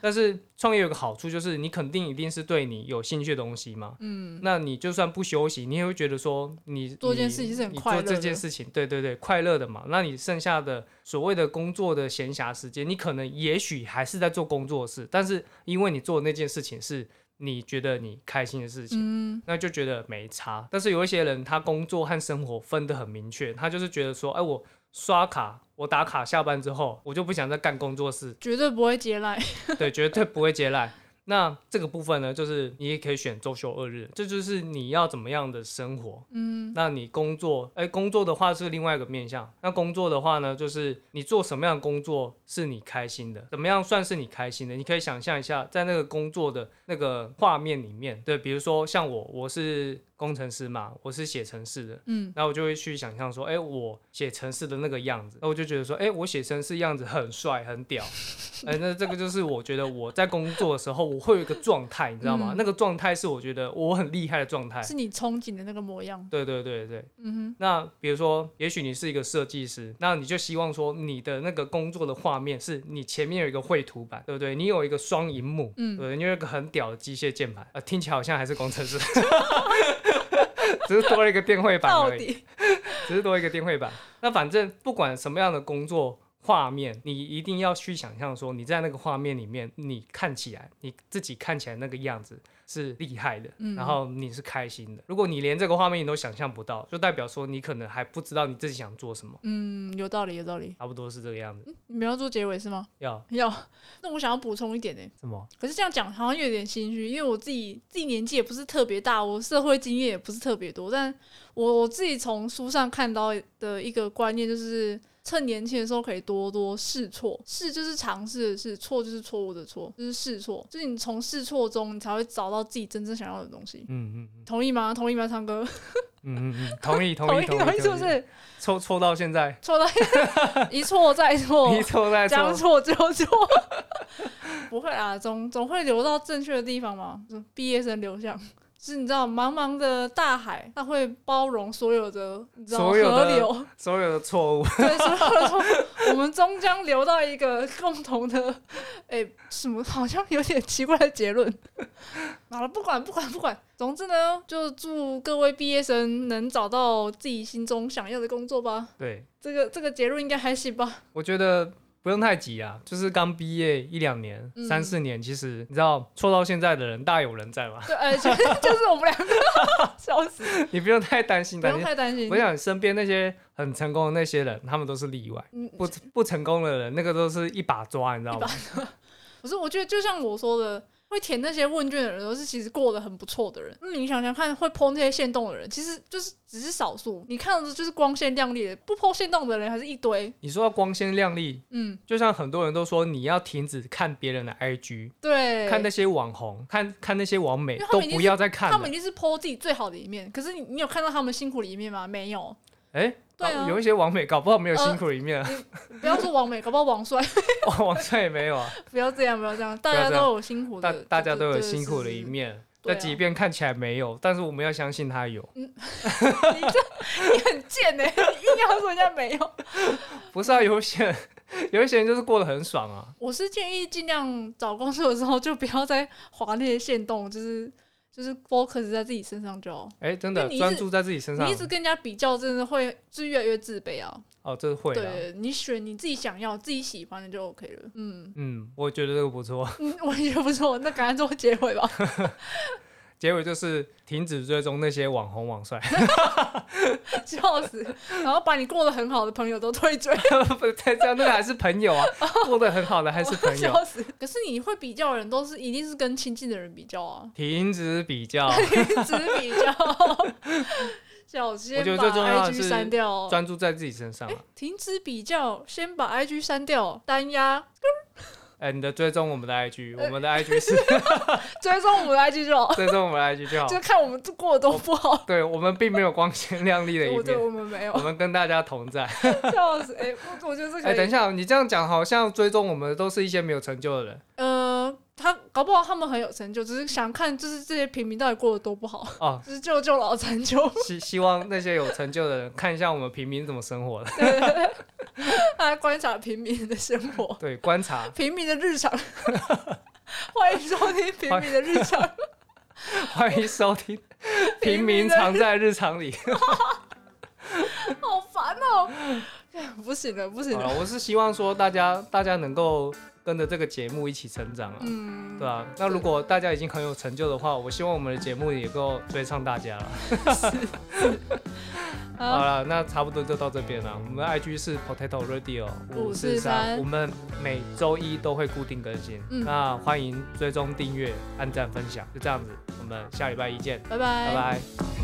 [SPEAKER 2] 但是创业有个好处就是，你肯定一定是对你有兴趣的东西嘛。嗯，那你就算不休息，你也会觉得说你
[SPEAKER 1] 做一件
[SPEAKER 2] 你
[SPEAKER 1] 事情是很
[SPEAKER 2] 你
[SPEAKER 1] 快乐
[SPEAKER 2] 做这件
[SPEAKER 1] 的
[SPEAKER 2] 事情，对对对，快乐的嘛。那你剩下的所谓的工作的闲暇时间，你可能也许还是在做工作的事，但是因为你做的那件事情是你觉得你开心的事情，
[SPEAKER 1] 嗯，
[SPEAKER 2] 那就觉得没差。但是有一些人，他工作和生活分得很明确，他就是觉得说，哎，我刷卡，我打卡下班之后，我就不想再干工 作事，
[SPEAKER 1] 绝对不会接赖。
[SPEAKER 2] 对，绝对不会接赖。那这个部分呢，就是你也可以选周休二日，这就是你要怎么样的生活。
[SPEAKER 1] 嗯，
[SPEAKER 2] 那你工作，哎、工作的话是另外一个面向。那工作的话呢，就是你做什么样的工作是你开心的，怎么样算是你开心的？你可以想象一下，在那个工作的那个画面里面，对，比如说像我，我是工程师嘛，我是写程式的。
[SPEAKER 1] 嗯，
[SPEAKER 2] 然后我就会去想象说，哎、我写程式的那个样子，那我就觉得说，哎、我写程式样子很帅很屌， 哎、那这个就是我觉得我在工作的时候，我会有一个状态，你知道吗？
[SPEAKER 1] 嗯
[SPEAKER 2] 那个状态是我觉得我很厉害的状态，
[SPEAKER 1] 是你憧憬的那个模样。
[SPEAKER 2] 对对对对，
[SPEAKER 1] 嗯
[SPEAKER 2] 那比如说，也许你是一个设计师，那你就希望说你的那个工作的画面是你前面有一个绘图板，对不对？你有一个双荧幕，
[SPEAKER 1] 嗯
[SPEAKER 2] 对，你有一个很屌的机械键盘，呃，听起来好像还是工 程师，只是多了一个电绘
[SPEAKER 1] 哼，
[SPEAKER 2] 板
[SPEAKER 1] 到
[SPEAKER 2] 而已，
[SPEAKER 1] 底
[SPEAKER 2] 只是多一个电绘板。那反正不管什么样的工作。画面，你一定要去想象说，你在那个画面里面，你看起来你自己看起来那个样子是厉害的，
[SPEAKER 1] 嗯
[SPEAKER 2] 然后你是开心的。如果你连这个画面你都想象不到，就代表说你可能还不知道你自己想做什么，
[SPEAKER 1] 嗯，有道理，有道理。
[SPEAKER 2] 差不多是这个样子。
[SPEAKER 1] 你们要做结尾是吗？
[SPEAKER 2] 要
[SPEAKER 1] 要。 那我想要补充一点呢、
[SPEAKER 2] 什么？
[SPEAKER 1] 可是这样讲好像有点心虚，因为我自己自己年纪也不是特别大，我社会经验也不是特别多，但我我自己从书上看到的一个观念就是。趁年轻的时候可以多多试错，试就是尝试的试，错就是错误的错，就是试错，就是你从试错中你才会找到自己真正想要的东西。
[SPEAKER 2] 嗯嗯
[SPEAKER 1] 同意吗？同意吗？唱歌，
[SPEAKER 2] 嗯嗯嗯，同意 同
[SPEAKER 1] 同
[SPEAKER 2] 意
[SPEAKER 1] 意
[SPEAKER 2] 同
[SPEAKER 1] 同意
[SPEAKER 2] 意，
[SPEAKER 1] 是不是？
[SPEAKER 2] 错错到现在，
[SPEAKER 1] 错到 一错再错，
[SPEAKER 2] 你错在
[SPEAKER 1] 将
[SPEAKER 2] 错，
[SPEAKER 1] 错就错， 不会啦，总总会流到正确的地方嘛。就毕业生流向，就是你知道，茫茫的大海，它会包容所有的，你知道
[SPEAKER 2] 所有
[SPEAKER 1] 河
[SPEAKER 2] 的
[SPEAKER 1] 流，
[SPEAKER 2] 所有的错误。
[SPEAKER 1] 对，所有的错， 我们终将流到一个共同的，哎、什么好像有点奇怪的结论。好了，不管不管不管，总之呢，就祝各位毕业生能找到自己心中想要的工作吧。
[SPEAKER 2] 对，
[SPEAKER 1] 这个这个结论应该还行吧？
[SPEAKER 2] 我觉得不用太急啊，就是刚毕业一两年、
[SPEAKER 1] 嗯
[SPEAKER 2] 三四年，其实你知道错到现在的人大有人在嘛，
[SPEAKER 1] 对，呃，就就是我们两个， 笑死。
[SPEAKER 2] 你不用太担心
[SPEAKER 1] 不
[SPEAKER 2] 担
[SPEAKER 1] 用
[SPEAKER 2] 心。
[SPEAKER 1] 太担心
[SPEAKER 2] 我。想身边那些很成功的那些人，他们都是例外。
[SPEAKER 1] 嗯，
[SPEAKER 2] 不不成功的人，那个都是一把抓，你知道吗？
[SPEAKER 1] 可是我觉得就像我说的，会填那些问卷的人都是其实过得很不错的人。那你想想看，会剖那些线动的人，其实就是只是少数。你看到的就是光鲜亮丽的，不剖线动的人还是一堆。
[SPEAKER 2] 你说到光鲜亮丽，
[SPEAKER 1] 嗯，
[SPEAKER 2] 就像很多人都说，你要停止看别人的 IG，
[SPEAKER 1] 对，
[SPEAKER 2] 看那些网红，看看那些网美
[SPEAKER 1] 因为，他
[SPEAKER 2] 都
[SPEAKER 1] 们已经
[SPEAKER 2] 不
[SPEAKER 1] 是
[SPEAKER 2] 要再看
[SPEAKER 1] 他们
[SPEAKER 2] 了
[SPEAKER 1] 一。定是剖自己最好的一面。可是你你有看到他们辛苦的一面吗？没有。
[SPEAKER 2] 哎，
[SPEAKER 1] 对啊
[SPEAKER 2] 有一些网美搞不好没有
[SPEAKER 1] 呃
[SPEAKER 2] 辛苦的一面啊，
[SPEAKER 1] 不要说王美，搞不好王帅，
[SPEAKER 2] 网上也没有啊，
[SPEAKER 1] 不要这样，不要这样，大
[SPEAKER 2] 要
[SPEAKER 1] 家
[SPEAKER 2] 这样
[SPEAKER 1] 都有辛苦
[SPEAKER 2] 大
[SPEAKER 1] 的，
[SPEAKER 2] 大家都有
[SPEAKER 1] 对对
[SPEAKER 2] 辛苦的
[SPEAKER 1] 是
[SPEAKER 2] 一
[SPEAKER 1] 是
[SPEAKER 2] 面。
[SPEAKER 1] 对啊
[SPEAKER 2] 那
[SPEAKER 1] 嗯
[SPEAKER 2] 即便看起来没有，但是我们要相信他有。
[SPEAKER 1] 你 很贱呢、你 硬要说人家没有。
[SPEAKER 2] 不是啊，有一些人有一些人就是过得很爽啊。
[SPEAKER 1] 我是建议尽量找工作的时候就不要再划那些线动，就是就是 focus 在自己身上就好。
[SPEAKER 2] 哎、真
[SPEAKER 1] 因
[SPEAKER 2] 的
[SPEAKER 1] 为你一直
[SPEAKER 2] 专注在自己身上
[SPEAKER 1] 你一直跟人家比较，真的会是越来越自卑啊。
[SPEAKER 2] 哦，这是会啊。
[SPEAKER 1] 对你选你自己想要、自己喜欢的就 OK 了。嗯，
[SPEAKER 2] 嗯，我觉得这个不错。
[SPEAKER 1] 嗯我也觉得不错。那赶快做结尾吧。
[SPEAKER 2] 结尾就是停止追踪那些网红网帅，
[SPEAKER 1] 笑死！然后把你过得很好的朋友都退追，
[SPEAKER 2] 不再这样那个还是朋友啊， 过得很好的还是朋友。
[SPEAKER 1] 笑死！可是你会比较的人都是一定是跟亲近的人比较啊，
[SPEAKER 2] 停止比较，
[SPEAKER 1] 只比 较。小心
[SPEAKER 2] 我觉得
[SPEAKER 1] 把
[SPEAKER 2] 最重要的
[SPEAKER 1] IG
[SPEAKER 2] 是
[SPEAKER 1] 删掉哦。
[SPEAKER 2] 专注在自己身上、啊。
[SPEAKER 1] 停止比较，先把 IG 删掉，单压
[SPEAKER 2] 哎、你的追踪我们的 IG，我们
[SPEAKER 1] 呃
[SPEAKER 2] 的 IG 是
[SPEAKER 1] 追踪我们的 IG 就好，
[SPEAKER 2] 追踪我们的 IG 就好
[SPEAKER 1] 就。看我们过得多不好。
[SPEAKER 2] 对我们并没有光鲜亮丽的一
[SPEAKER 1] 我对
[SPEAKER 2] 面，
[SPEAKER 1] 我们没
[SPEAKER 2] 我
[SPEAKER 1] 有，
[SPEAKER 2] 们跟大家同在。
[SPEAKER 1] 笑死！哎、我我觉得这
[SPEAKER 2] 哎、
[SPEAKER 1] 可以。
[SPEAKER 2] 等一下，你这样讲好像追踪我们的都是一些没有成就的人
[SPEAKER 1] 呃，他搞不好他们很有成就，只是想看就是这些平民到底过得多不好，
[SPEAKER 2] 哦。
[SPEAKER 1] 就是救救老残就。
[SPEAKER 2] 希希望那些有成就的人看一下我们平民怎么生活的，
[SPEAKER 1] 对对对他来观察平民的生 活，
[SPEAKER 2] 对，观察。
[SPEAKER 1] 平民的日 常。欢迎收听《平民的日常》，
[SPEAKER 2] 欢迎收听《平
[SPEAKER 1] 平民
[SPEAKER 2] 民
[SPEAKER 1] 的
[SPEAKER 2] 藏在日常里》。
[SPEAKER 1] 好烦哦、不行了，不行
[SPEAKER 2] 好
[SPEAKER 1] 了。
[SPEAKER 2] 了，我是希望说大家大家能够跟着这个节目一起成长啊，
[SPEAKER 1] 嗯
[SPEAKER 2] 对，吧、那如果大家已经很有成就的话，我希望我们的节目也够追上大家了。好
[SPEAKER 1] 好，
[SPEAKER 2] 了，那差不多就到这边了。我们的 IG 是 Potato Radio
[SPEAKER 1] 543
[SPEAKER 2] 我们每周一都会固定更新。
[SPEAKER 1] 嗯
[SPEAKER 2] 那欢迎追踪、订阅、按赞、分享，就这样子。我们下礼拜一见，
[SPEAKER 1] 拜拜
[SPEAKER 2] 拜拜